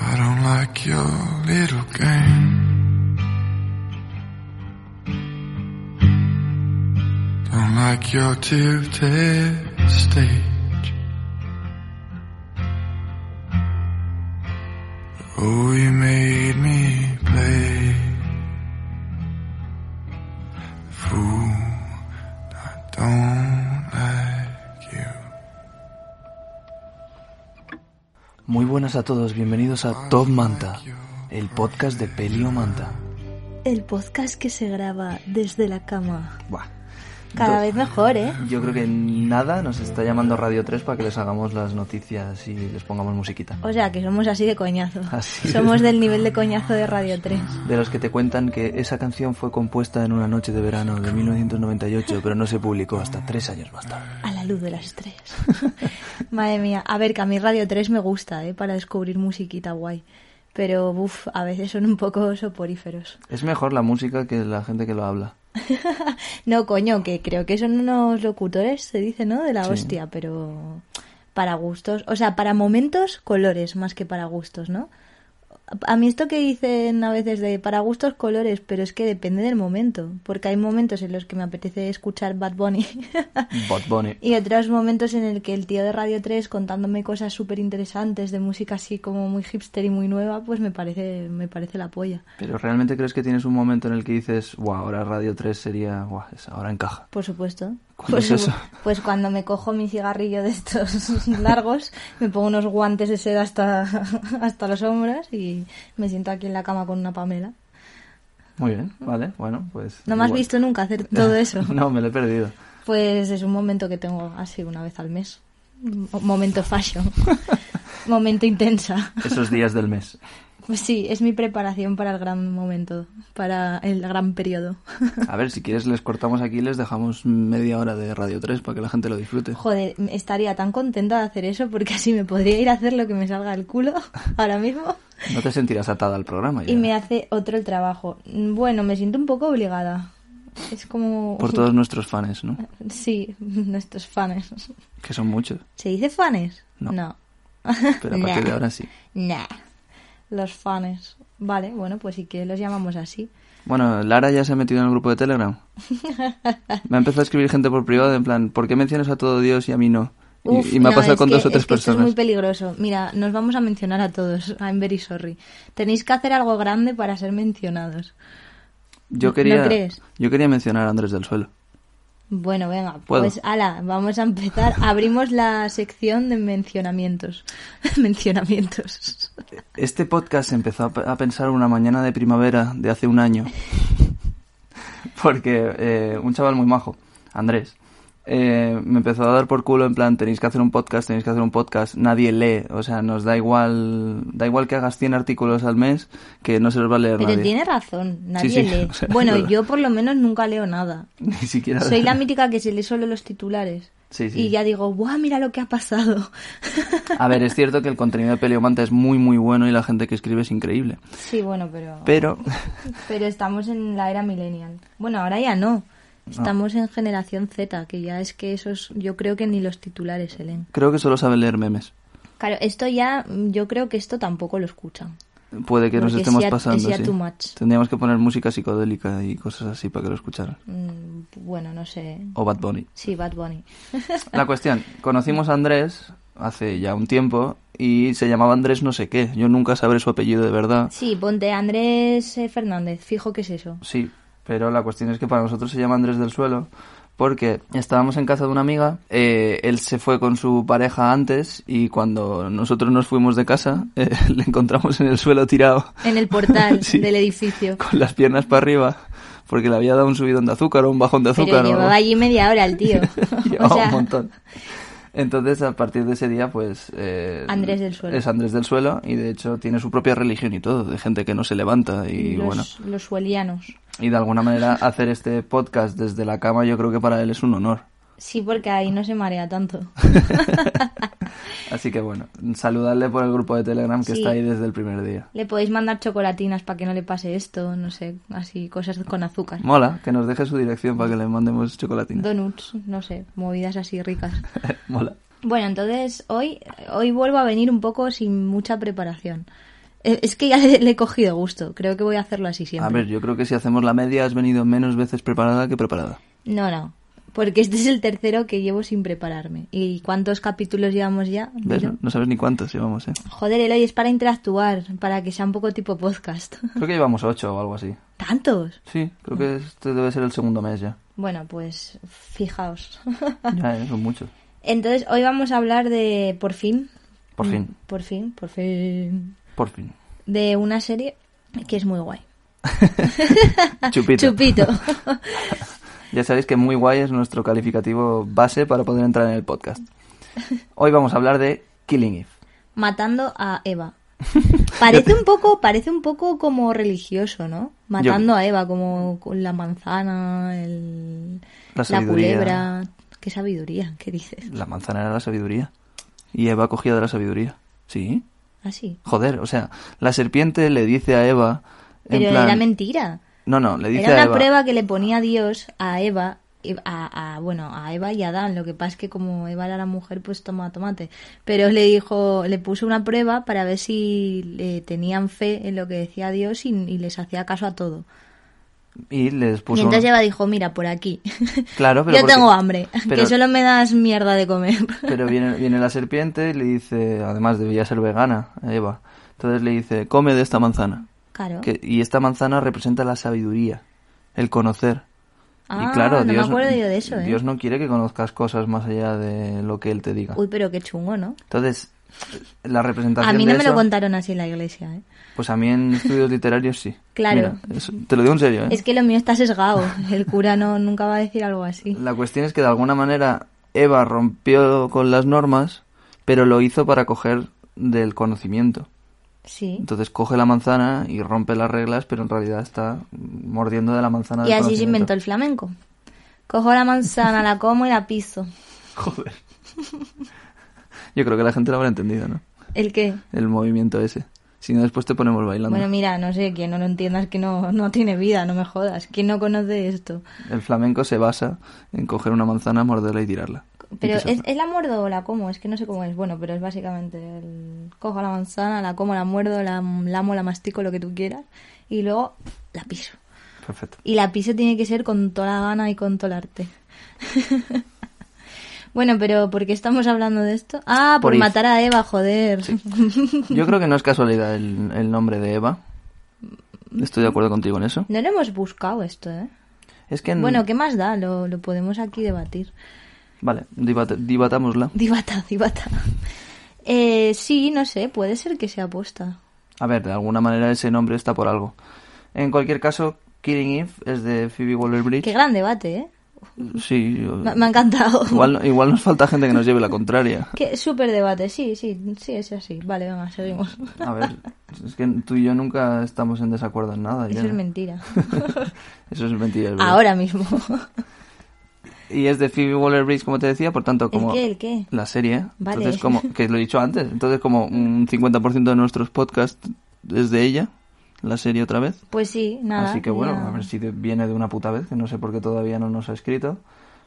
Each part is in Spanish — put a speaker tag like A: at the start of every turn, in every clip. A: I don't like your little game. Don't like your tilted stage. Oh, you made me play. Fool, I don't like you.
B: Muy buenas a todos, bienvenidos a Top Manta, el podcast de Pelio Manta.
C: El podcast que se graba desde la cama.
B: Buah.
C: Cada
B: Do-
C: vez mejor, ¿eh?
B: Yo creo que nada nos está llamando Radio 3 para que les hagamos las noticias y les pongamos musiquita.
C: O sea, que somos así de coñazo.
B: Así es.
C: somos del nivel de coñazo de Radio 3.
B: De los que te cuentan que esa canción fue compuesta en una noche de verano de 1998, pero no se publicó hasta tres años más tarde.
C: A la luz de las 3. Madre mía. A ver, que a mí Radio 3 me gusta, ¿eh? Para descubrir musiquita guay. Pero, uff, a veces son un poco soporíferos.
B: Es mejor la música que la gente que lo habla.
C: No, coño, que creo que son unos locutores, se dice, ¿no? De la
B: Sí.
C: hostia, pero para gustos. O sea, para momentos, colores, más que para gustos, ¿no? A mí esto que dicen a veces de para gustos, colores, pero es que depende del momento. Porque hay momentos en los que me apetece escuchar Bad Bunny.
B: Bot Bunny.
C: Y otros momentos en el que el tío de Radio 3 contándome cosas súper interesantes de música así como muy hipster y muy nueva, pues me parece, me parece la polla.
B: Pero realmente crees que tienes un momento en el que dices, wow, ahora Radio 3 sería, wow, ahora encaja.
C: Por supuesto.
B: ¿Cuándo
C: Por
B: es eso?
C: Pues cuando me cojo mi cigarrillo de estos largos, me pongo unos guantes de seda hasta, hasta los hombros y me siento aquí en la cama con una pamela.
B: Muy bien, vale, bueno, pues.
C: No me has
B: igual.
C: visto nunca hacer todo eso.
B: no, me lo he perdido.
C: Pues es un momento que tengo así una vez al mes. Mo- Momento fashion. Momento intensa.
B: Esos días del mes.
C: Pues sí, es mi preparación para el gran momento, para el gran periodo.
B: A ver, si quieres les cortamos aquí y les dejamos media hora de Radio 3 para que la gente lo disfrute.
C: Joder, estaría tan contenta de hacer eso porque así me podría ir a hacer lo que me salga del culo ahora mismo.
B: No te sentirás atada al programa. ya.
C: Y me hace otro el trabajo. Mm, Bueno, me siento un poco obligada. Es como...
B: Por todos nuestros fans, ¿no?
C: Sí, nuestros fans.
B: Que son muchos.
C: ¿Se dice fans?
B: No.
C: No.
B: Pero a partir de
C: Nah.
B: ahora sí.
C: Nah. Los fans. Vale, bueno, pues sí que los llamamos así.
B: Bueno, Lara ya se ha metido en el grupo de Telegram. Me ha empezado a escribir gente por privado en plan, ¿por qué mencionas a todo Dios y a mí no? Y,
C: Uf,
B: y me ha
C: no,
B: pasado
C: es
B: con
C: que-
B: dos o tres
C: es que esto
B: personas.
C: es muy peligroso. Mira, nos vamos a mencionar a todos. I'm very sorry. Tenéis que hacer algo grande para ser mencionados.
B: Yo
C: ¿No
B: quería,
C: crees?
B: yo quería mencionar a Andrés del Suelo.
C: Bueno, venga,
B: Puedo.
C: pues ala, vamos a empezar. Abrimos la sección de mencionamientos. mencionamientos.
B: Este podcast empezó a pe- a pensar una mañana de primavera de hace un año. Porque eh, un chaval muy majo, Andrés, eh, me empezó a dar por culo en plan, tenéis que hacer un podcast, tenéis que hacer un podcast, nadie lee, o sea, nos da igual, da igual que hagas 100 artículos al mes, que no se los va a leer
C: Pero
B: nadie.
C: tiene razón, nadie
B: sí,
C: lee.
B: o sea,
C: bueno,
B: claro.
C: yo por lo menos nunca leo nada.
B: Ni siquiera...
C: Soy la mítica que se lee solo los titulares.
B: Sí, sí.
C: Y ya digo, ¡guau, mira lo que ha pasado!
B: A ver, es cierto que el contenido de Peleomanta es muy muy bueno y la gente que escribe es increíble.
C: sí, bueno, pero...
B: Pero
C: Pero estamos en la era millennial. Bueno, ahora ya no. Estamos en generación Z, que ya es que esos... Yo creo que ni los titulares se leen.
B: creo que solo sabe leer memes.
C: Claro, esto ya... Yo creo que esto tampoco lo escuchan.
B: Puede que nos
C: Porque
B: estemos
C: sea-
B: pasando.
C: sea
B: sí.
C: too much.
B: Tendríamos que poner música psicodélica y cosas así para que lo escucharan.
C: Mm, Bueno, no sé.
B: O Bad Bunny.
C: Sí, Bad Bunny.
B: La cuestión, conocimos a Andrés hace ya un tiempo y se llamaba Andrés no sé qué. Yo nunca sabré su apellido de verdad.
C: Sí, ponte Andrés eh, Fernández. Fijo que es eso.
B: Sí, pero la cuestión es que para nosotros se llama Andrés del Suelo porque estábamos en casa de una amiga, eh, él se fue con su pareja antes y cuando nosotros nos fuimos de casa eh, le encontramos en el suelo tirado
C: En el portal
B: Sí.
C: del edificio.
B: con las piernas para arriba porque le había dado un subidón de azúcar o un bajón de azúcar.
C: Pero
B: o-
C: llevaba allí media hora el tío.
B: Llevaba
C: o sea,
B: un montón. Entonces, a partir de ese día, pues... eh,
C: Andrés del Suelo.
B: Es Andrés del Suelo y, de hecho, tiene su propia religión y todo, de gente que no se levanta y,
C: los,
B: bueno...
C: los suelianos.
B: Y, de alguna manera, hacer este podcast desde la cama yo creo que para él es un honor.
C: Sí, porque ahí no se marea tanto.
B: Así que, bueno, saludarle por el grupo de Telegram que
C: Sí.
B: está ahí desde el primer día.
C: Le podéis mandar chocolatinas para que no le pase esto, no sé, así, cosas con azúcar.
B: Mola, que nos deje su dirección para que le mandemos chocolatina.
C: Donuts, no sé, movidas así ricas.
B: Mola.
C: Bueno, entonces hoy, hoy vuelvo a venir un poco sin mucha preparación. Eh, Es que ya le, le he cogido gusto. Creo que voy a hacerlo así siempre.
B: A ver, yo creo que si hacemos la media has venido menos veces preparada que preparada.
C: No, no. Porque este es el tercero que llevo sin prepararme. ¿Y cuántos capítulos llevamos ya?
B: ¿Ves?
C: Mira.
B: No, No sabes ni cuántos llevamos, ¿eh?
C: Joder, Eloy, es para interactuar, para que sea un poco tipo podcast.
B: Creo que llevamos ocho o algo así.
C: ¿Tantos?
B: Sí, creo que este debe ser el segundo mes ya.
C: Bueno, pues fijaos.
B: Ya, eh, son muchos.
C: Entonces, hoy vamos a hablar de, por fin, Mm.
B: Por fin,
C: por fin, por fin,
B: por fin.
C: de una serie que es muy guay.
B: Chupito.
C: Chupito.
B: Ya sabéis que muy guay es nuestro calificativo base para poder entrar en el podcast. Hoy vamos a hablar de Killing Eve.
C: Matando a Eva. Parece un poco, parece un poco como religioso, ¿no? Matando a Eva, como con la manzana, el,
B: La
C: la
B: sabiduría.
C: culebra. Qué sabiduría, ¿qué dices?
B: La manzana era la sabiduría. Y Eva cogía de la sabiduría. Sí.
C: Así.
B: Joder, o sea, la serpiente le dice a Eva. En
C: Pero
B: plan,
C: era mentira.
B: No, no, le dice
C: Era una
B: a Eva.
C: prueba que le ponía Dios a Eva, y- a, a- bueno, a Eva y a Adán. Lo que pasa es que como Eva era la mujer, pues toma tomate. Pero le dijo, le puso una prueba para ver si le tenían fe en lo que decía Dios y, y les hacía caso a todo.
B: Y les puso.
C: Mientras
B: un-
C: Eva dijo, mira, por aquí.
B: Pues Claro, pero
C: Yo
B: porque-
C: tengo hambre,
B: pero-
C: que solo me das mierda de comer.
B: Pero viene, viene la serpiente y le dice. Además, debía ser vegana, Eva. Entonces le dice: come de esta manzana.
C: claro.
B: Que- y esta manzana representa la sabiduría, el conocer.
C: Ah,
B: y claro,
C: no
B: Dios,
C: me acuerdo yo de eso, ¿eh?
B: Dios no quiere que conozcas cosas más allá de lo que Él te diga.
C: Uy, pero qué chungo, ¿no?
B: Entonces, la
C: A
B: representación
C: mí
B: de
C: no me lo
B: eso-
C: contaron así en la iglesia, ¿eh?
B: Pues a mí en estudios literarios sí.
C: Claro.
B: Mira, eso- te lo digo en serio, ¿eh?
C: Es que lo mío está sesgado. El cura no nunca va a decir algo así.
B: La cuestión es que de alguna manera Eva rompió con las normas, pero lo hizo para coger del conocimiento.
C: Sí.
B: Entonces coge la manzana y rompe las reglas, pero en realidad está mordiendo de la manzana
C: Y
B: del
C: así se inventó
B: conocimiento.
C: el flamenco. Cojo la manzana, la como y la piso.
B: Joder. Yo creo que la gente lo habrá entendido, ¿no?
C: ¿El qué?
B: El movimiento ese. Si no, después te ponemos bailando.
C: Bueno, mira, no sé, quien no lo entienda es que no, no tiene vida, no me jodas. ¿Quién no conoce esto?
B: El flamenco se basa en coger una manzana, morderla y tirarla. Y
C: Pero
B: pisarla.
C: ¿es, ¿es la muerdo o la como? Es que no sé cómo es. Bueno, pero es básicamente el... Cojo la manzana, la como, la muerdo, la lamo, la mastico, lo que tú quieras. Y luego la piso.
B: Perfecto.
C: Y la piso tiene que ser con toda la gana y con todo el arte. bueno, pero ¿por qué estamos hablando de esto? Ah, por,
B: Por If.
C: matar a Eva, joder.
B: Yo creo que no es casualidad el, el nombre de Eva. Estoy de acuerdo contigo en eso.
C: No lo hemos buscado esto, ¿eh?
B: Es que... en-
C: Bueno, ¿qué más da? Lo, lo podemos aquí debatir.
B: Vale, debata- debatámosla.
C: Dibata, dibata. Eh, sí, no sé, puede ser que sea aposta.
B: A ver, de alguna manera ese nombre está por algo. En cualquier caso, Killing Eve es de Phoebe
C: Qué
B: Waller-Bridge.
C: gran debate, ¿eh?
B: Sí, yo-
C: Me, me ha encantado.
B: igual, igual nos falta gente que nos lleve la contraria.
C: Qué súper debate, sí, sí, sí, es así. Vale, venga, seguimos.
B: A ver, es que tú y yo nunca estamos en desacuerdo en nada.
C: Eso
B: Irene.
C: es mentira.
B: Eso es mentira. es verdad.
C: Ahora mismo.
B: Y es de Phoebe Waller-Bridge, como te decía, por tanto,
C: ¿El
B: como...
C: qué? ¿El qué?
B: La serie.
C: Vale.
B: Entonces, como, que lo he dicho antes, entonces como un 50% de nuestros podcasts es de ella, la serie otra vez.
C: Pues sí, nada.
B: Así que bueno,
C: ya.
B: a ver si de- viene de una puta vez, que no sé por qué todavía no nos ha escrito,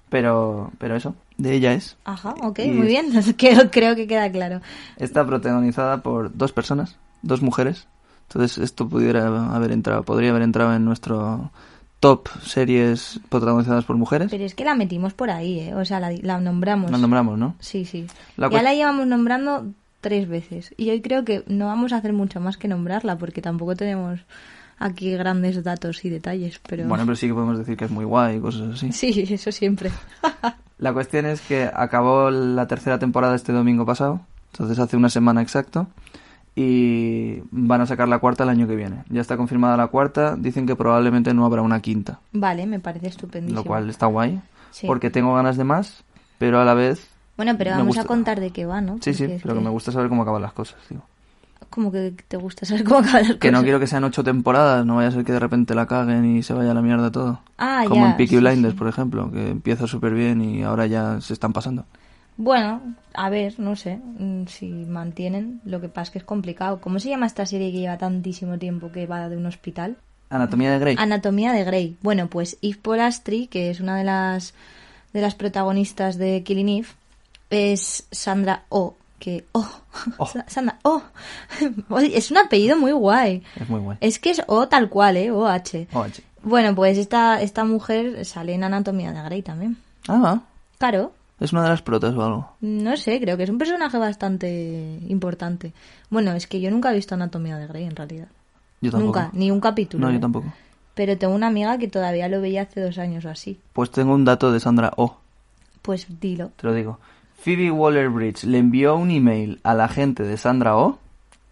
B: pero, pero eso, de ella es.
C: Ajá, ok,
B: Y-
C: muy bien. Creo, creo que queda claro.
B: Está protagonizada por dos personas, dos mujeres. Entonces esto pudiera haber entrado, podría haber entrado en nuestro top series protagonizadas por mujeres.
C: Pero es que la metimos por ahí, ¿eh? O sea, la, la nombramos.
B: La nombramos, ¿no?
C: Sí, sí.
B: La
C: ya
B: cuest-
C: la llevamos nombrando tres veces. Y hoy creo que no vamos a hacer mucho más que nombrarla, porque tampoco tenemos aquí grandes datos y detalles, pero...
B: Bueno, pero sí que podemos decir que es muy guay y cosas así.
C: Sí, eso siempre.
B: La cuestión es que acabó la tercera temporada este domingo pasado, entonces hace una semana exacto, y van a sacar la cuarta el año que viene. Ya está confirmada la cuarta, dicen que probablemente no habrá una quinta,
C: vale, me parece estupendísimo.
B: lo cual está guay,
C: Sí.
B: porque tengo ganas de más, pero a la vez...
C: Bueno, pero
B: me
C: vamos a
B: gusta-
C: contar de qué va, ¿no?
B: Sí, sí,
C: Porque es
B: pero que me gusta saber cómo acaban las cosas, digo.
C: Como que te gusta saber cómo acaban las
B: Que no
C: cosas.
B: quiero que sean ocho temporadas, no vaya a ser que de repente la caguen y se vaya a la mierda todo.
C: Ah,
B: Como
C: ya,
B: en Peaky
C: sí,
B: Blinders,
C: sí.
B: por ejemplo, que empieza súper bien y ahora ya se están pasando.
C: Bueno, a ver, no sé mm, si mantienen. Lo que pasa es que es complicado. ¿Cómo se llama esta serie que lleva tantísimo tiempo que va de un hospital?
B: Anatomía de Grey.
C: Anatomía de Grey. Bueno, pues Yves Polastri, que es una de las de las protagonistas de Killing Eve, es Sandra O, que, oh,
B: Oh.
C: Sandra, oh, Oye, es un apellido muy guay.
B: Es muy guay.
C: Es que es O tal cual, ¿eh? O-H.
B: OH.
C: Bueno, pues esta, esta mujer sale en Anatomía de Grey también.
B: Ah,
C: Claro,
B: es una de las protas o algo.
C: no sé, creo que es un personaje bastante importante. Bueno, es que yo nunca he visto Anatomía de Grey en realidad.
B: Yo tampoco.
C: Nunca, ni un capítulo.
B: No,
C: ¿eh?
B: yo tampoco.
C: Pero tengo una amiga que todavía lo veía hace dos años o así.
B: Pues tengo un dato de Sandra Oh.
C: Pues dilo.
B: Te lo digo. Phoebe Waller-Bridge le envió un email a la gente de Sandra O.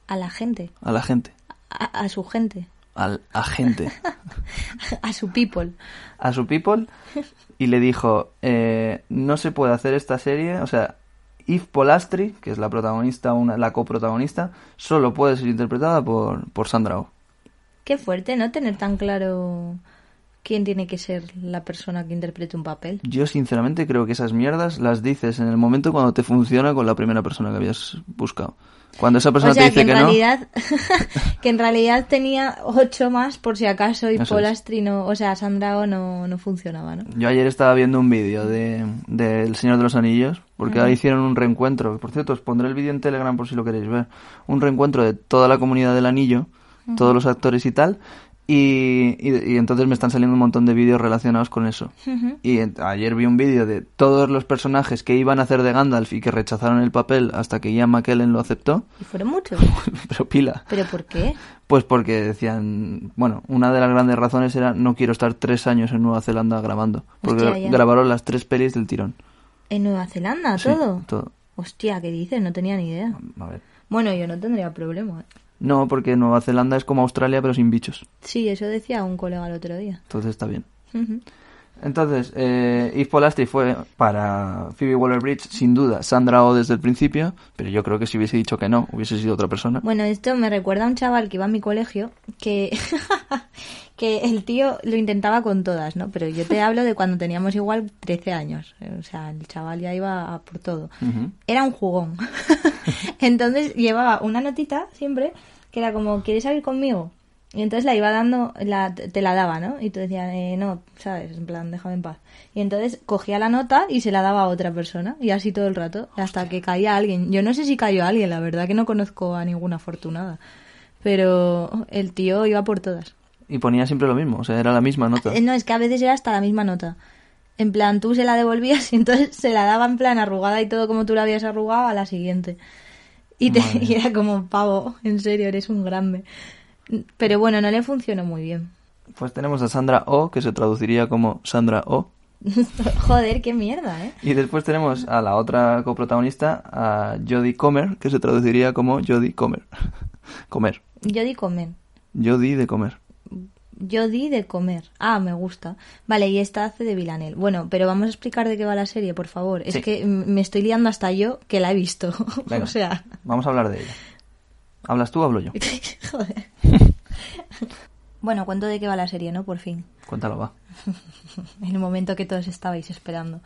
C: A la gente,
B: A la gente.
C: a, a su gente,
B: Al agente.
C: a su people.
B: A su people. Y le dijo, eh, no se puede hacer esta serie. O sea, Yves Polastri, que es la protagonista, una, la coprotagonista, solo puede ser interpretada por, por Sandra Oh.
C: Qué fuerte no tener tan claro quién tiene que ser la persona que interprete un papel.
B: Yo sinceramente creo que esas mierdas las dices en el momento cuando te funciona con la primera persona que habías buscado. Cuando esa persona
C: o sea,
B: te dice que,
C: que en
B: Pues no,
C: realidad que en realidad tenía ocho más por si acaso y
B: Eso es.
C: Polastri no, o sea, Sandra O no, no funcionaba, ¿no?
B: Yo ayer estaba viendo un vídeo de, de El Señor de los Anillos, porque ahora hicieron un reencuentro. Por cierto, os pondré el vídeo en Telegram por si lo queréis ver. Un reencuentro de toda la comunidad del anillo, todos los actores y tal. Y, y- y entonces me están saliendo un montón de vídeos relacionados con eso. Y en- ayer vi un vídeo de todos los personajes que iban a hacer de Gandalf y que rechazaron el papel hasta que Ian McKellen lo aceptó.
C: Y fueron muchos.
B: Pero pila.
C: ¿Pero por qué?
B: Pues porque decían, bueno, una de las grandes razones era no quiero estar tres años en Nueva Zelanda grabando. Porque
C: Hostia, ya.
B: grabaron las tres pelis del tirón.
C: ¿En Nueva Zelanda
B: Sí,
C: todo?
B: todo.
C: Hostia, ¿qué dices? No tenía ni idea.
B: A ver.
C: Bueno, yo no tendría problema. ¿eh?
B: No, porque Nueva Zelanda es como Australia pero sin bichos.
C: Sí, eso decía un colega el otro día.
B: Entonces está bien.
C: Ujú.
B: Entonces, eh, Yves Polastri fue para Phoebe Waller-Bridge, sin duda, Sandra O desde el principio, pero yo creo que si hubiese dicho que no, hubiese sido otra persona.
C: Bueno, esto me recuerda a un chaval que iba a mi colegio que, que el tío lo intentaba con todas, ¿no? Pero yo te hablo de cuando teníamos igual 13 años. O sea, el chaval ya iba a por todo.
B: Ujú.
C: Era un jugón. entonces llevaba una notita siempre que era como, ¿quieres salir conmigo? Y entonces la iba dando, la, te la daba, ¿no? Y tú decías, eh, no, ¿sabes? En plan, déjame en paz. Y entonces cogía la nota y se la daba a otra persona. Y así todo el rato, hasta que caía alguien. Yo no sé si cayó alguien, la verdad que no conozco a ninguna afortunada. Pero el tío iba por todas.
B: Y ponía siempre lo mismo, o sea, era la misma nota.
C: Eh, No, es que a veces era hasta la misma nota. En plan, tú se la devolvías y entonces se la daba en plan arrugada y todo como tú la habías arrugado a la siguiente. Y, te-
B: Madre.
C: y era como, pavo, en serio, eres un grande. Pero bueno, no le funcionó muy bien.
B: Pues tenemos a Sandra O, que se traduciría como Sandra Oh. O.
C: Joder, qué mierda, ¿eh?
B: Y después tenemos a la otra coprotagonista, a Jodie Comer, que se traduciría como Jodie Comer. comer.
C: Yo di comer.
B: Jodie de comer.
C: Yo di de comer. Ah, me gusta. Vale, y esta hace de Vilanel. Bueno, pero vamos a explicar de qué va la serie, por favor. Es
B: Sí.
C: que mm, me estoy liando hasta yo que la he visto.
B: Venga,
C: o sea,
B: Vamos a hablar de ella. ¿Hablas tú o hablo yo?
C: Joder. bueno, cuento de qué va la serie, ¿no? Por fin.
B: Cuéntalo, va.
C: En el momento que todos estabais esperando.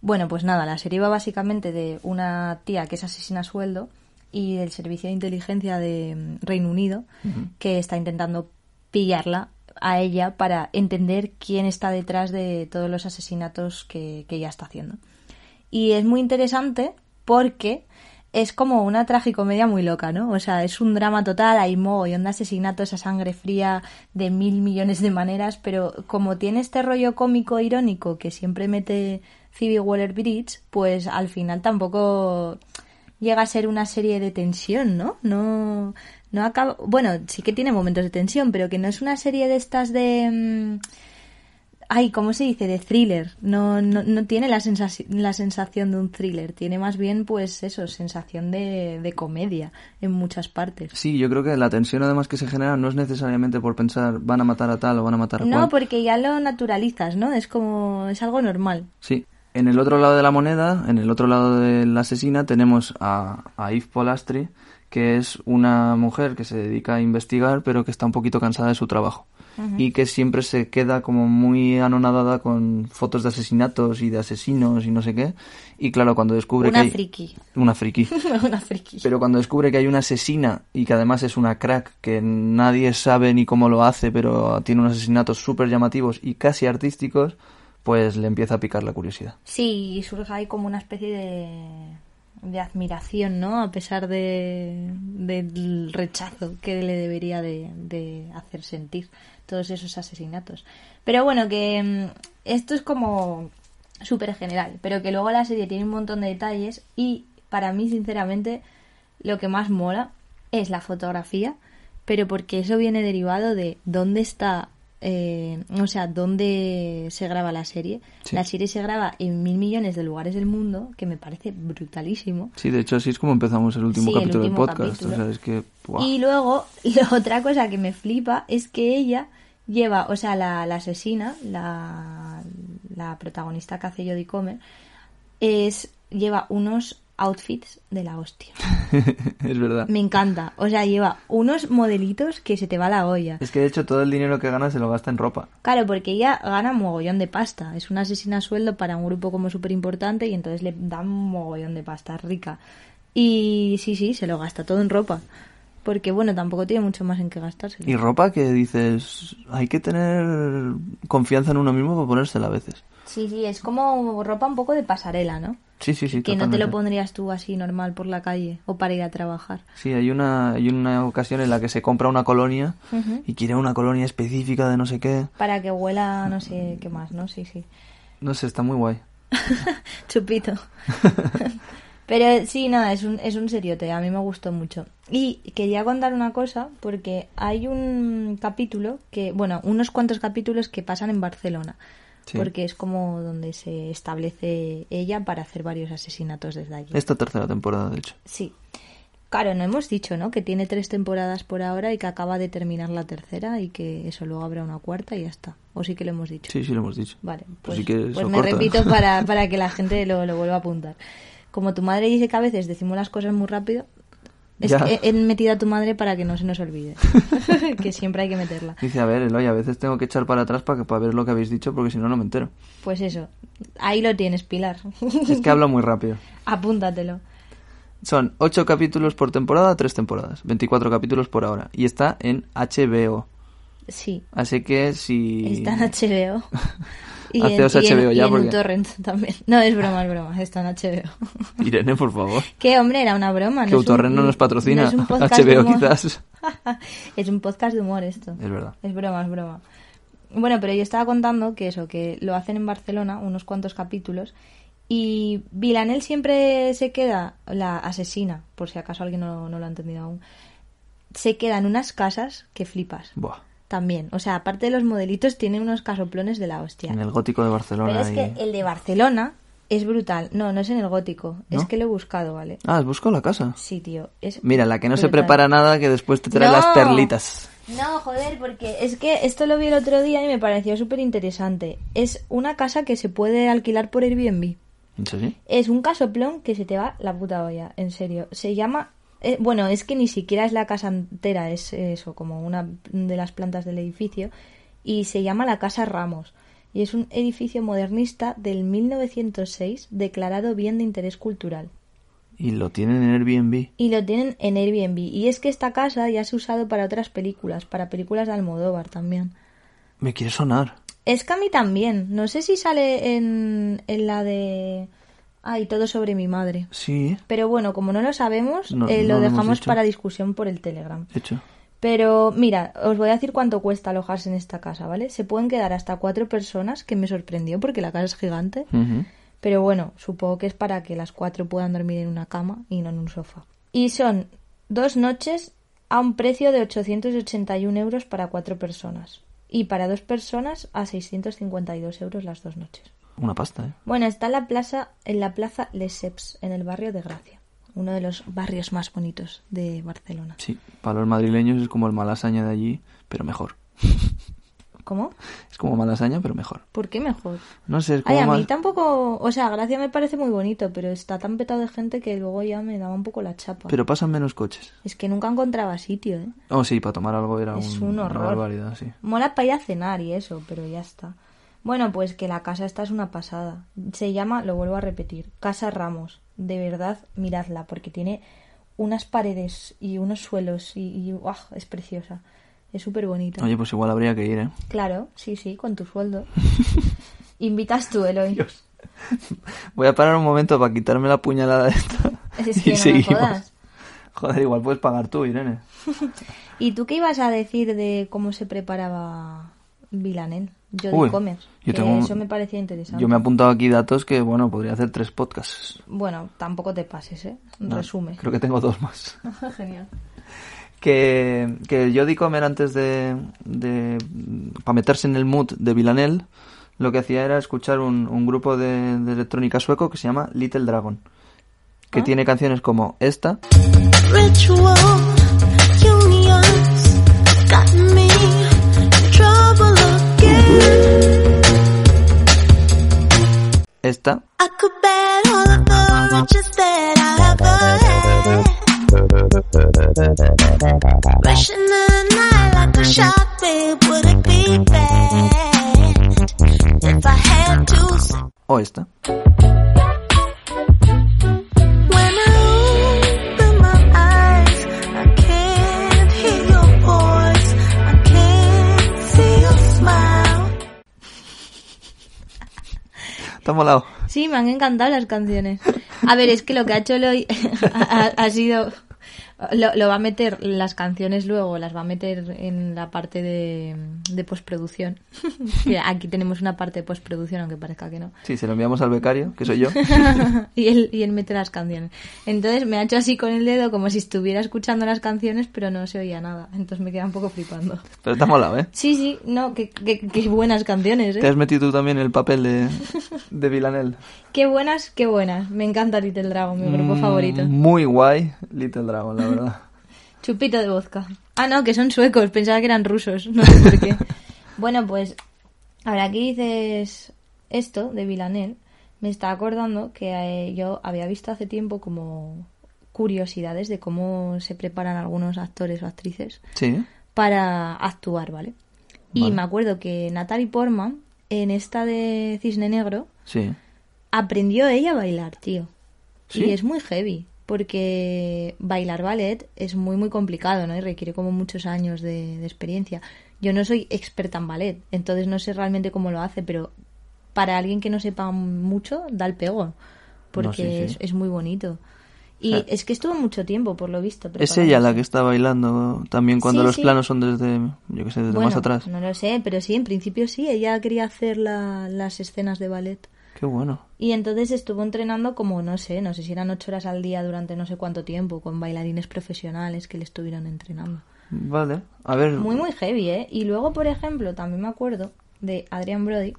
C: Bueno, pues nada, la serie va básicamente de una tía que es asesina a sueldo y del servicio de inteligencia de mm, Reino Unido que está intentando pillarla a ella para entender quién está detrás de todos los asesinatos que, que ella está haciendo. Y es muy interesante porque es como una tragicomedia muy loca, ¿no? O sea, es un drama total, hay mogollón de asesinatos a sangre fría de mil millones de maneras, pero como tiene este rollo cómico irónico que siempre mete Phoebe Waller-Bridge, pues al final tampoco llega a ser una serie de tensión, ¿no? No no acaba, bueno, sí que tiene momentos de tensión, pero que no es una serie de estas de mm, Ay, ¿cómo se dice? De thriller. No, no, no tiene la, sensaci- la sensación de un thriller. Tiene más bien, pues eso, sensación de, de comedia en muchas partes.
B: Sí, yo creo que la tensión además que se genera no es necesariamente por pensar van a matar a tal o van a matar a cual.
C: No, porque ya lo naturalizas, ¿no? Es como, es algo normal.
B: Sí. En el otro lado de la moneda, en el otro lado de la asesina, tenemos a, a Yves Polastri, que es una mujer que se dedica a investigar, pero que está un poquito cansada de su trabajo. Y que siempre se queda como muy anonadada con fotos de asesinatos y de asesinos y no sé qué. Y claro, cuando descubre
C: Una
B: que hay...
C: friki.
B: Una friki.
C: Una friki.
B: Pero cuando descubre que hay una asesina y que además es una crack, que nadie sabe ni cómo lo hace, pero tiene unos asesinatos súper llamativos y casi artísticos, pues le empieza a picar la curiosidad.
C: Sí, y surge ahí como una especie de de admiración, ¿no? A pesar de, del rechazo que le debería de, de hacer sentir todos esos asesinatos. Pero bueno, que mm, esto es como súper general, pero que luego la serie tiene un montón de detalles y para mí, sinceramente, lo que más mola es la fotografía, pero porque eso viene derivado de dónde está, eh, o sea, dónde se graba la serie.
B: Sí.
C: La serie se graba en mil millones de lugares del mundo, que me parece brutalísimo.
B: Sí, de hecho así es como empezamos el último
C: Sí, el
B: capítulo
C: último
B: del podcast.
C: capítulo.
B: O sea, es que... ¡buah!
C: Y luego, la otra cosa que me flipa es que ella lleva, o sea, la, la asesina, la, la protagonista que hace Jodie Comer, es, lleva unos outfits de la hostia.
B: es verdad.
C: Me encanta. O sea, lleva unos modelitos que se te va la olla.
B: Es que de hecho todo el dinero que gana se lo gasta en ropa.
C: Claro, porque ella gana mogollón de pasta. Es una asesina a sueldo para un grupo como súper importante y entonces le dan mogollón de pasta rica. Y sí, sí, se lo gasta todo en ropa. Porque bueno, tampoco tiene mucho más en qué gastárselo.
B: Y ropa que dices, hay que tener confianza en uno mismo para ponérsela a veces.
C: Sí, sí, es como ropa un poco de pasarela, ¿no?
B: Sí, sí, sí.
C: que no te
B: totalmente.
C: lo pondrías tú así normal por la calle o para ir a trabajar.
B: Sí, hay una, hay una ocasión en la que se compra una colonia
C: Ujú.
B: y quiere una colonia específica de no sé qué.
C: Para que huela no sé qué más, ¿no? Sí, sí.
B: No sé, está muy guay.
C: Chupito. Pero sí, nada, es un, es un seriote, a mí me gustó mucho. Y quería contar una cosa, porque hay un capítulo que, bueno, unos cuantos capítulos que pasan en Barcelona,
B: Sí.
C: porque es como donde se establece ella para hacer varios asesinatos desde allí.
B: Esta tercera temporada, de hecho.
C: Sí. Claro, no hemos dicho, ¿no? Que tiene tres temporadas por ahora y que acaba de terminar la tercera y que eso luego habrá una cuarta y ya está. O sí que lo hemos dicho.
B: Sí, sí, lo hemos dicho.
C: Vale,
B: Pues
C: pues,
B: si quieres,
C: pues
B: lo
C: me
B: corto, ¿eh?
C: repito para, para que la gente lo, lo vuelva a apuntar. Como tu madre dice que a veces decimos las cosas muy rápido, es
B: Ya.
C: que he, he metido a tu madre para que no se nos olvide, que siempre hay que meterla.
B: Dice, a ver, Eloy, a veces tengo que echar para atrás para, que, para ver lo que habéis dicho porque si no, no me entero.
C: Pues eso, ahí lo tienes, Pilar.
B: Es que habla muy rápido.
C: Apúntatelo.
B: Son 8 capítulos por temporada, 3 temporadas. 24 capítulos por ahora. Y está en HBO.
C: Sí,
B: Así que si...
C: está en HBO.
B: Haceos
C: y
B: HBO ya,
C: y en un
B: porque-
C: torrent también. No, es broma, es broma, está en HBO.
B: Irene, por favor.
C: Que hombre, era una broma.
B: que
C: es un-
B: Utorren no nos patrocina.
C: no es un podcast de
B: HBO
C: humor.
B: quizás.
C: es un podcast de humor esto.
B: Es verdad.
C: Es broma, es broma. Bueno, pero yo estaba contando que eso, que lo hacen en Barcelona, unos cuantos capítulos, y Vilanel siempre se queda, la asesina, por si acaso alguien no, no lo ha entendido aún, se queda en unas casas que flipas.
B: Buah.
C: También, o sea, aparte de los modelitos, tiene unos casoplones de la hostia.
B: En el gótico de
C: Pero
B: Barcelona.
C: es que
B: ahí.
C: el de Barcelona es brutal. No, no es en el gótico, es
B: ¿No?
C: que lo he buscado, ¿vale?
B: Ah, has buscado la casa.
C: Sí, tío. Es
B: Mira, la que no se
C: brutal.
B: prepara nada, que después te trae
C: No.
B: las perlitas.
C: No, joder, porque es que esto lo vi el otro día y me pareció súper interesante. Es una casa que se puede alquilar por Airbnb.
B: ¿En serio?
C: Es un casoplón que se te va la puta olla, en serio. Se llama... eh, bueno, es que ni siquiera es la casa entera, es eso, como una de las plantas del edificio. Y se llama la Casa Ramos. Y es un edificio modernista del 1906 declarado bien de interés cultural.
B: Y lo tienen en Airbnb.
C: Y lo tienen en Airbnb. Y es que esta casa ya se ha usado para otras películas, para películas de Almodóvar también.
B: Me quiere sonar.
C: Es que a mí también. No sé si sale en, en la de... Ay, todo sobre mi madre.
B: Sí,
C: Pero bueno, como no lo sabemos,
B: No, no
C: eh, lo
B: lo hemos
C: dejamos
B: dicho.
C: para discusión por el Telegram.
B: hecho.
C: Pero mira, os voy a decir cuánto cuesta alojarse en esta casa, ¿vale? Se pueden quedar hasta cuatro personas, que me sorprendió porque la casa es gigante.
B: Ujú.
C: Pero bueno, supongo que es para que las cuatro puedan dormir en una cama y no en un sofá. Y son dos noches a un precio de 881 euros para cuatro personas. Y para dos personas a 652 euros las dos noches.
B: Una pasta, ¿eh?
C: Bueno, está en la plaza, en la plaza Lesseps, en el barrio de Gracia. Uno de los barrios más bonitos de Barcelona.
B: Sí, para los madrileños es como el malasaña de allí, pero mejor.
C: ¿Cómo?
B: Es como malasaña, pero mejor.
C: ¿Por qué mejor?
B: No sé, es como
C: Ay, a
B: más...
C: mí tampoco... O sea, Gracia me parece muy bonito, pero está tan petado de gente que luego ya me daba un poco la chapa.
B: Pero pasan menos coches.
C: Es que nunca encontraba sitio, ¿eh?
B: Oh, sí, para tomar algo era
C: Es
B: un-
C: un
B: una
C: horror.
B: barbaridad, sí.
C: Mola para ir a cenar y eso, pero ya está. Bueno, pues que la casa esta es una pasada. Se llama, lo vuelvo a repetir, Casa Ramos. De verdad, miradla, porque tiene unas paredes y unos suelos y, y, ¡guau! es preciosa. Es súper bonita.
B: Oye, pues igual habría que ir, ¿eh?
C: Claro, sí, sí, con tu sueldo. Invitas tú, Eloy.
B: Voy a parar un momento para quitarme la puñalada esta.
C: Es que no me jodas.
B: Joder, igual puedes pagar tú, Irene.
C: ¿Y tú qué ibas a decir de cómo se preparaba Vilanel? Yo
B: Uy,
C: de comer.
B: yo
C: que
B: tengo-
C: Eso me parecía interesante.
B: Yo me he apuntado aquí datos que, bueno, podría hacer tres podcasts.
C: Bueno, tampoco te pases, ¿eh?
B: No,
C: Resume.
B: Creo que tengo dos más.
C: Genial.
B: que, que yo di comer antes de, de para meterse en el mood de Villanel lo que hacía era escuchar un, un grupo de, de electrónica sueco que se llama Little Dragon que
C: Ah.
B: tiene canciones como esta
D: Ritual unions got me in trouble again.
B: esta
D: I could bet all of the riches that I ever had. Rushing the night like a shot, babe, would it be bad if I had to? say
B: o esta
D: When I open my eyes, I can't hear your voice. I can't see your smile.
B: te ha molado
C: Sí, me han encantado las canciones. A ver, es que lo que ha hecho Eloy ha, ha- ha sido... Lo, lo va a meter, las canciones luego las va a meter en la parte de, de postproducción. Que Aquí tenemos una parte de postproducción, aunque parezca que no.
B: sí se lo enviamos al becario que soy yo
C: y, él, y él mete las canciones. Entonces me ha hecho así con el dedo como si estuviera escuchando las canciones, pero no se oía nada. Entonces me queda un poco flipando.
B: pero te ha molado eh
C: Sí, sí, no, qué, qué- qué buenas canciones,
B: te
C: ¿eh?
B: has metido tú también en el papel de de Villanel
C: Qué buenas, qué buenas. Me encanta Little Dragon, mi grupo
B: Mm,
C: favorito.
B: muy guay Little Dragon la verdad
C: Chupito de vodka. Ah, no, que son suecos. Pensaba que eran rusos. No sé por qué. bueno, pues ahora que dices esto de Vilanel, me está acordando que eh, yo había visto hace tiempo como curiosidades de cómo se preparan algunos actores o actrices
B: sí ¿eh?
C: para actuar, ¿vale? Y
B: Vale.
C: me acuerdo que Natalie Portman, en esta de Cisne Negro,
B: sí
C: aprendió ella a bailar, tío.
B: ¿Sí?
C: Y es muy heavy, porque bailar ballet es muy, muy complicado, ¿no? Y requiere como muchos años de, de experiencia. Yo no soy experta en ballet, entonces no sé realmente cómo lo hace, pero para alguien que no sepa mucho, da el pego, porque
B: sí, sí.
C: Es, es muy bonito. Y
B: O sea,
C: es que estuvo mucho tiempo, por lo visto.
B: Es ella la
C: preparándose.
B: que está bailando también cuando
C: Sí,
B: los
C: sí.
B: planos son desde, yo que sé, desde más atrás.
C: No lo sé, pero sí, en principio sí, ella quería hacer la- las escenas de ballet.
B: Qué bueno.
C: Y entonces estuvo entrenando como, no sé, no sé si eran ocho horas al día durante no sé cuánto tiempo, con bailarines profesionales que le estuvieron entrenando.
B: Vale. A ver.
C: Muy, muy heavy, ¿eh? Y luego, por ejemplo, también me acuerdo de Adrian Brody,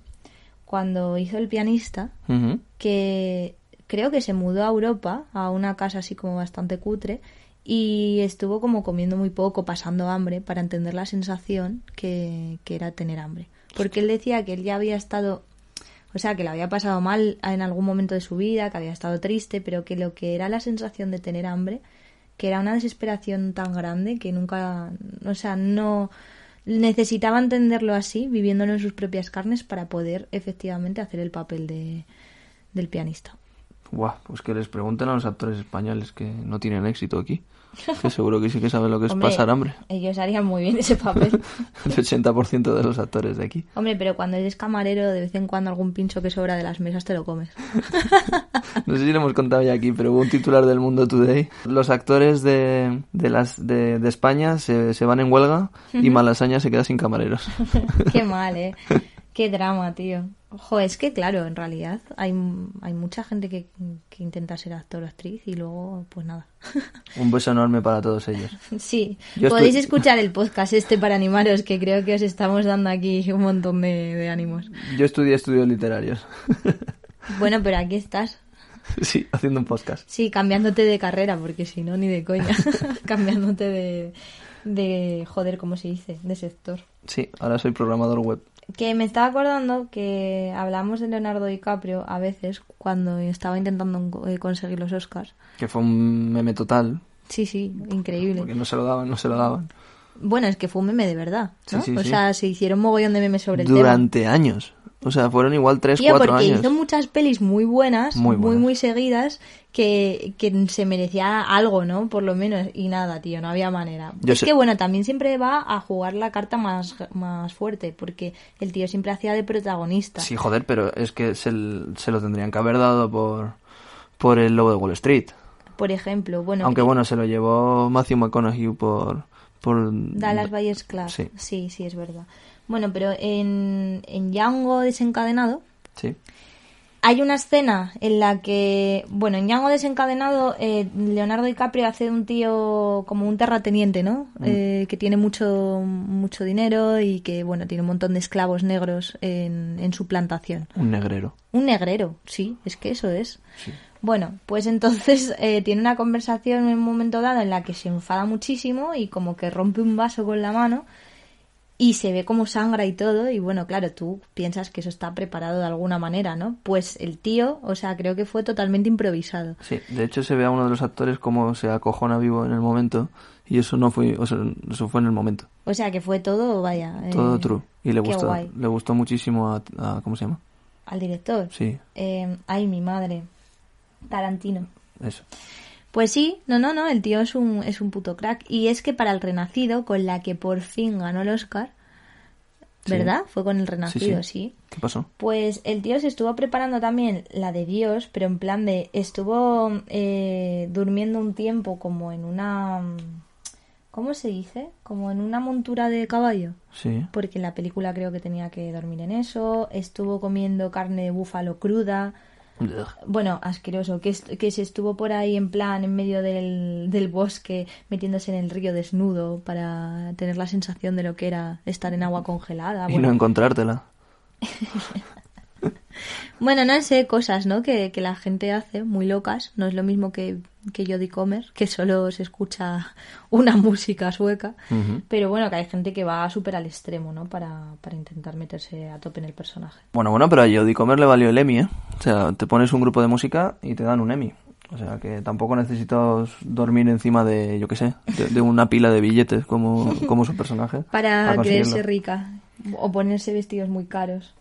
C: cuando hizo el pianista,
B: Ujú.
C: que creo que se mudó a Europa, a una casa así como bastante cutre, y estuvo como comiendo muy poco, pasando hambre, para entender la sensación que, que era tener hambre. Porque él decía que él ya había estado, o sea, que le había pasado mal en algún momento de su vida, que había estado triste, pero que lo que era la sensación de tener hambre, que era una desesperación tan grande que nunca, o sea, no necesitaba entenderlo así, viviéndolo en sus propias carnes para poder efectivamente hacer el papel de, del pianista.
B: Buah, pues que les pregunten a los actores españoles que no tienen éxito aquí. Que seguro que sí que saben lo que es
C: Hombre,
B: pasar hambre.
C: Ellos harían muy bien ese papel.
B: El 80% de los actores de aquí.
C: Hombre, pero cuando eres camarero, de vez en cuando algún pincho que sobra de las mesas te lo comes.
B: No sé si lo hemos contado ya aquí, pero hubo un titular del Mundo Today. Los actores de, de, las, de, de España se, se van en huelga y Malasaña se queda sin camareros.
C: Qué mal, ¿eh? Qué drama, tío. Ojo, es que claro, en realidad hay, hay mucha gente que, que intenta ser actor o actriz y luego, pues nada.
B: Un beso enorme para todos ellos.
C: Sí,
B: Yo
C: podéis
B: estoy-
C: escuchar el podcast este para animaros, que creo que os estamos dando aquí un montón de, de ánimos.
B: Yo estudié estudios literarios.
C: Bueno, pero aquí estás.
B: Sí, haciendo un podcast.
C: Sí, cambiándote de carrera, porque si no, ni de coña. cambiándote de, de, joder, ¿cómo se dice? De sector.
B: Sí, ahora soy programador web.
C: Que me estaba acordando que hablamos de Leonardo DiCaprio a veces cuando estaba intentando eh, conseguir los Oscars.
B: Que fue un meme total.
C: Sí, sí, increíble.
B: Porque no se lo daban, no se lo daban.
C: Bueno, es que fue un meme de verdad, ¿no?
B: Sí, sí,
C: o
B: sí.
C: sea, se hicieron mogollón de memes sobre el tema.
B: Durante años. O sea, fueron igual 3,
C: Tío,
B: 4
C: porque
B: años.
C: hizo muchas pelis muy buenas,
B: Muy
C: muy,
B: buenas.
C: muy, seguidas, que, que se merecía algo, ¿no? Por lo menos. Y nada, tío, no había manera.
B: Yo
C: es
B: sé-
C: que, bueno, también siempre va a jugar la carta más, más fuerte, porque el tío siempre hacía de protagonista.
B: Sí, joder, pero es que se, l- se lo tendrían que haber dado por, por el lobo de Wall Street.
C: por ejemplo. Bueno,
B: Aunque bueno, se lo llevó Matthew McConaughey por... por
C: Dallas Buyers Club.
B: Sí.
C: sí, sí, es verdad. Bueno, pero en, en Django desencadenado
B: Sí.
C: hay una escena en la que, bueno, en Django desencadenado, eh, Leonardo DiCaprio hace de un tío como un terrateniente, ¿no? Eh, que tiene mucho, mucho dinero y que, bueno, tiene un montón de esclavos negros en, en su plantación.
B: Un negrero.
C: Un negrero, sí, es que eso es. Bueno, pues entonces eh, tiene una conversación en un momento dado en la que se enfada muchísimo y como que rompe un vaso con la mano y se ve como sangra y todo y bueno, claro, tú piensas que eso está preparado de alguna manera, ¿no? Pues el tío, o sea, creo que fue totalmente improvisado.
B: Sí, de hecho se ve a uno de los actores como se acojona vivo en el momento y eso no fue, o sea, eso fue en el momento.
C: O sea, que fue todo, vaya. eh,
B: Todo true. Y le
C: qué
B: gustó,
C: guay.
B: le gustó muchísimo a, a- ¿cómo se llama?
C: Al director.
B: Sí,
C: Eh, ay, mi madre. Tarantino.
B: eso.
C: Pues sí, no, no, no, el tío es un, es un puto crack. Y es que para el Renacido, con la que por fin ganó el Oscar,
B: Sí.
C: ¿verdad? Fue con el Renacido, sí.
B: ¿Qué pasó?
C: Pues el tío se estuvo preparando también la de Dios, pero en plan de estuvo eh, durmiendo un tiempo como en una... ¿Cómo se dice? Como en una montura de caballo.
B: Sí.
C: Porque en la película creo que tenía que dormir en eso. Estuvo comiendo carne de búfalo cruda
B: Ugh.
C: bueno, asqueroso, que, est- que se estuvo por ahí en plan en medio del, del bosque metiéndose en el río desnudo para tener la sensación de lo que era estar en agua congelada.
B: Y no
C: Bueno,
B: encontrártela.
C: Bueno, no sé, cosas, ¿no? Que, que la gente hace muy locas. No es lo mismo que, que yo de comer, que solo se escucha una música sueca.
B: Ujú.
C: Pero bueno, que hay gente que va súper al extremo, ¿no? Para, para intentar meterse a tope en el personaje.
B: Bueno, bueno, pero a Jodie Comer le valió el Emmy, ¿eh? O sea, te pones un grupo de música y te dan un Emmy. O sea, que tampoco necesitas dormir encima de, yo qué sé, de, de una pila de billetes como, como su personaje.
C: Para
B: conseguirlo.
C: creerse rica o ponerse vestidos muy caros.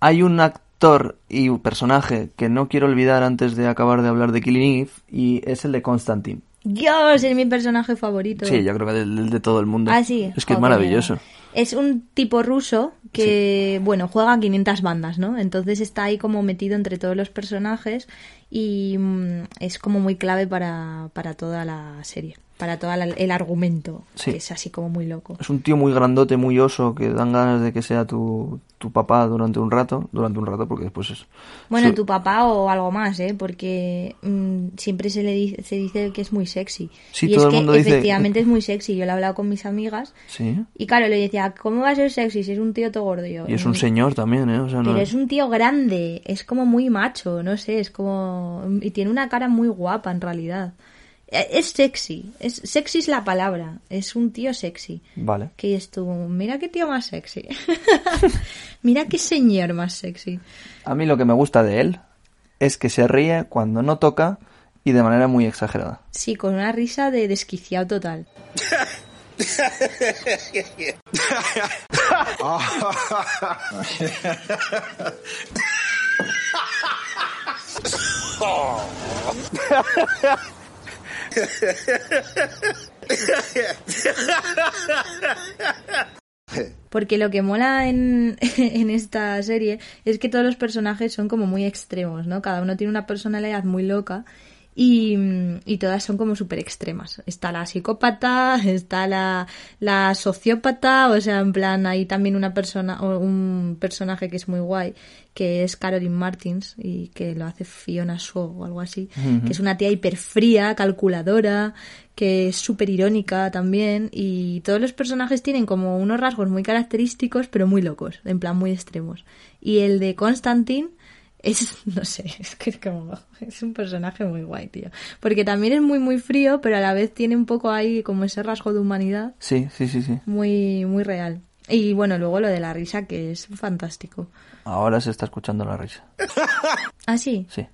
B: Hay un actor y un personaje que no quiero olvidar antes de acabar de hablar de Killing Eve y es el de Constantine.
C: Dios, es mi personaje favorito.
B: Sí, yo creo que del, del de todo el mundo.
C: Ah, sí. pues
B: Es que es
C: Joder.
B: maravilloso.
C: Es un tipo ruso que, bueno, juega a 500 bandas, ¿no? Entonces está ahí como metido entre todos los personajes y mm, es como muy clave para, para toda la serie, para todo el argumento,
B: Sí.
C: que es así como muy loco.
B: Es un tío muy grandote, muy oso, que dan ganas de que sea tu, tu papá durante un rato. Durante un rato, porque después es...
C: Bueno,
B: su-
C: tu papá o algo más, ¿eh? Porque mm, siempre se le dice, se dice que es muy sexy.
B: Sí,
C: y
B: todo
C: es
B: el
C: que
B: mundo dice-
C: efectivamente es muy sexy. Yo lo he hablado con mis amigas
B: Sí.
C: y claro, le decía, ¿cómo va a ser sexy si es un tío todo gordo? Y yo,
B: Y es
C: "Mm,
B: un señor también, ¿eh? O sea, no...
C: Pero es un tío grande, es como muy macho, no sé, es como... Y tiene una cara muy guapa en realidad. Eh, Es sexy, es, sexy es la palabra, es un tío sexy.
B: Vale.
C: Que estuvo, mira qué tío más sexy. mira qué señor más sexy.
B: A mí lo que me gusta de él es que se ríe cuando no toca y de manera muy exagerada.
C: Sí, con una risa de desquiciado total. Porque lo que mola en, en esta serie es que todos los personajes son como muy extremos, ¿no? Cada uno tiene una personalidad muy loca y, mm, y todas son como súper extremas. Está la psicópata, está la, la sociópata, o sea, en plan, hay también una persona, o un personaje que es muy guay, que es Caroline Martins y que lo hace Fiona Shaw o algo así, que es una tía hiperfría, calculadora, que es súper irónica también y todos los personajes tienen como unos rasgos muy característicos pero muy locos, en plan muy extremos. Y el de Constantine es, no sé, es que es como, es un personaje muy guay, tío. Porque también es muy, muy frío, pero a la vez tiene un poco ahí como ese rasgo de humanidad
B: Sí, sí, sí, sí.
C: muy, muy real. Y bueno, luego lo de la risa que es fantástico.
B: Ahora se está escuchando la risa.
C: Ah, sí.
B: Sí.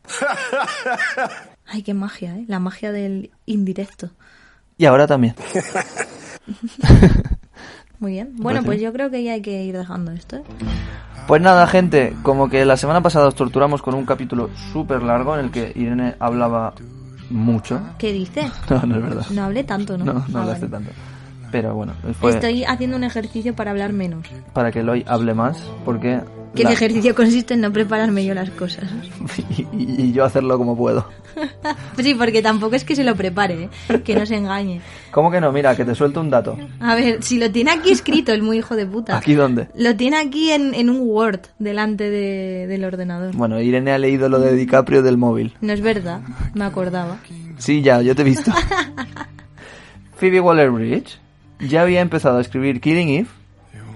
C: Ay, qué magia, ¿eh? La magia del indirecto.
B: Y ahora también.
C: Muy bien. Bueno,
B: Parece
C: pues
B: bien.
C: yo creo que ya hay que ir dejando esto. ¿eh?
B: Pues nada, gente, como que la semana pasada os torturamos con un capítulo súper largo en el que Irene hablaba mucho.
C: ¿Qué dice?
B: No, no es verdad.
C: No hablé tanto, ¿no?
B: No,
C: Ah,
B: no lo
C: vale.
B: hace tanto. Pues- Pero bueno, fue
C: Estoy haciendo un ejercicio para hablar menos.
B: para que Eloy hable más, porque
C: Que
B: la-
C: el ejercicio consiste en no prepararme yo las cosas.
B: y, y yo hacerlo como puedo.
C: Pues sí, porque tampoco es que se lo prepare, ¿eh? que no se engañe.
B: ¿Cómo que no? Mira, que te suelto un dato.
C: A ver, si lo tiene aquí escrito, el muy hijo de puta.
B: ¿Aquí dónde?
C: Lo tiene aquí en, en un Word, delante de- del ordenador.
B: Bueno, Irene ha leído lo de DiCaprio del móvil.
C: No es verdad, me acordaba.
B: Sí, ya, yo te he visto. Phoebe Waller-Bridge ya había empezado a escribir Killing Eve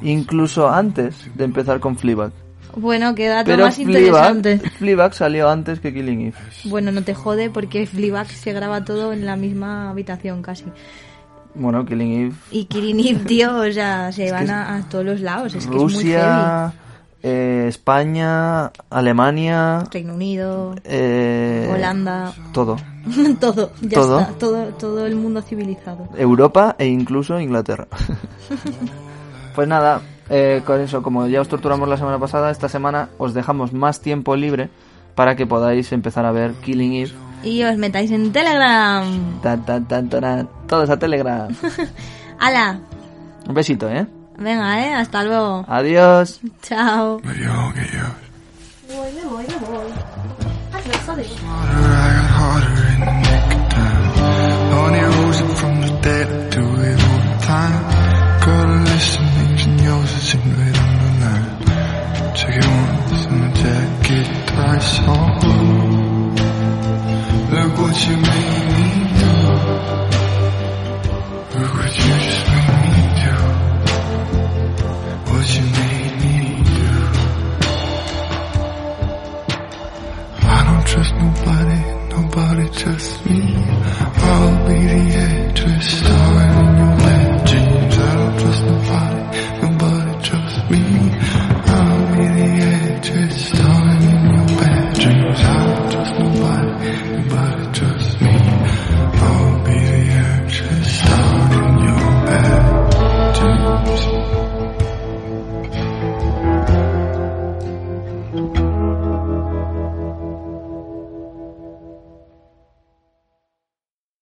B: incluso antes de empezar con Fleabag.
C: Bueno, qué dato
B: Pero
C: más interesante.
B: Fleabag, Fleabag salió antes que Killing Eve.
C: Bueno, no te jode porque Fleabag se graba todo en la misma habitación casi.
B: Bueno, Killing Eve,
C: Y Kirin Eve, tío, o sea, se van a, a todos los lados. Es que
B: Rusia, eh, España, Alemania,
C: es muy heavy. Reino Unido,
B: eh,
C: Holanda,
B: todo.
C: todo, ya
B: ¿Todo?
C: está, todo, todo el mundo civilizado.
B: Europa e incluso Inglaterra. pues nada, eh, con eso, como ya os torturamos la semana pasada, esta semana os dejamos más tiempo libre para que podáis empezar a ver Killing Eve.
C: Y os metáis en Telegram.
B: Tan, tan, tan, tarán. todos a Telegram.
C: ¡Hala!
B: Un besito, ¿eh?
C: Venga, eh, hasta luego.
B: Adiós.
C: Chao.
A: But you'll get used.
C: Voy, me voy, me voy.
A: Harder, I got harder in the nick of time. Honey rose up from the dead, I do it all the time. Gotta listen, things and yours is in red underline. Check it once and I check it twice. Oh, look what you made me do. Look what you just made me do. What you made me do. I don't trust nobody, nobody trusts me. I'll be the actress starring in your wet dreams. I don't trust nobody, nobody trusts me. I'll be the actress starring in your bad dreams. I don't trust nobody, nobody trusts me. I'll be the actress starring in your bad dreams.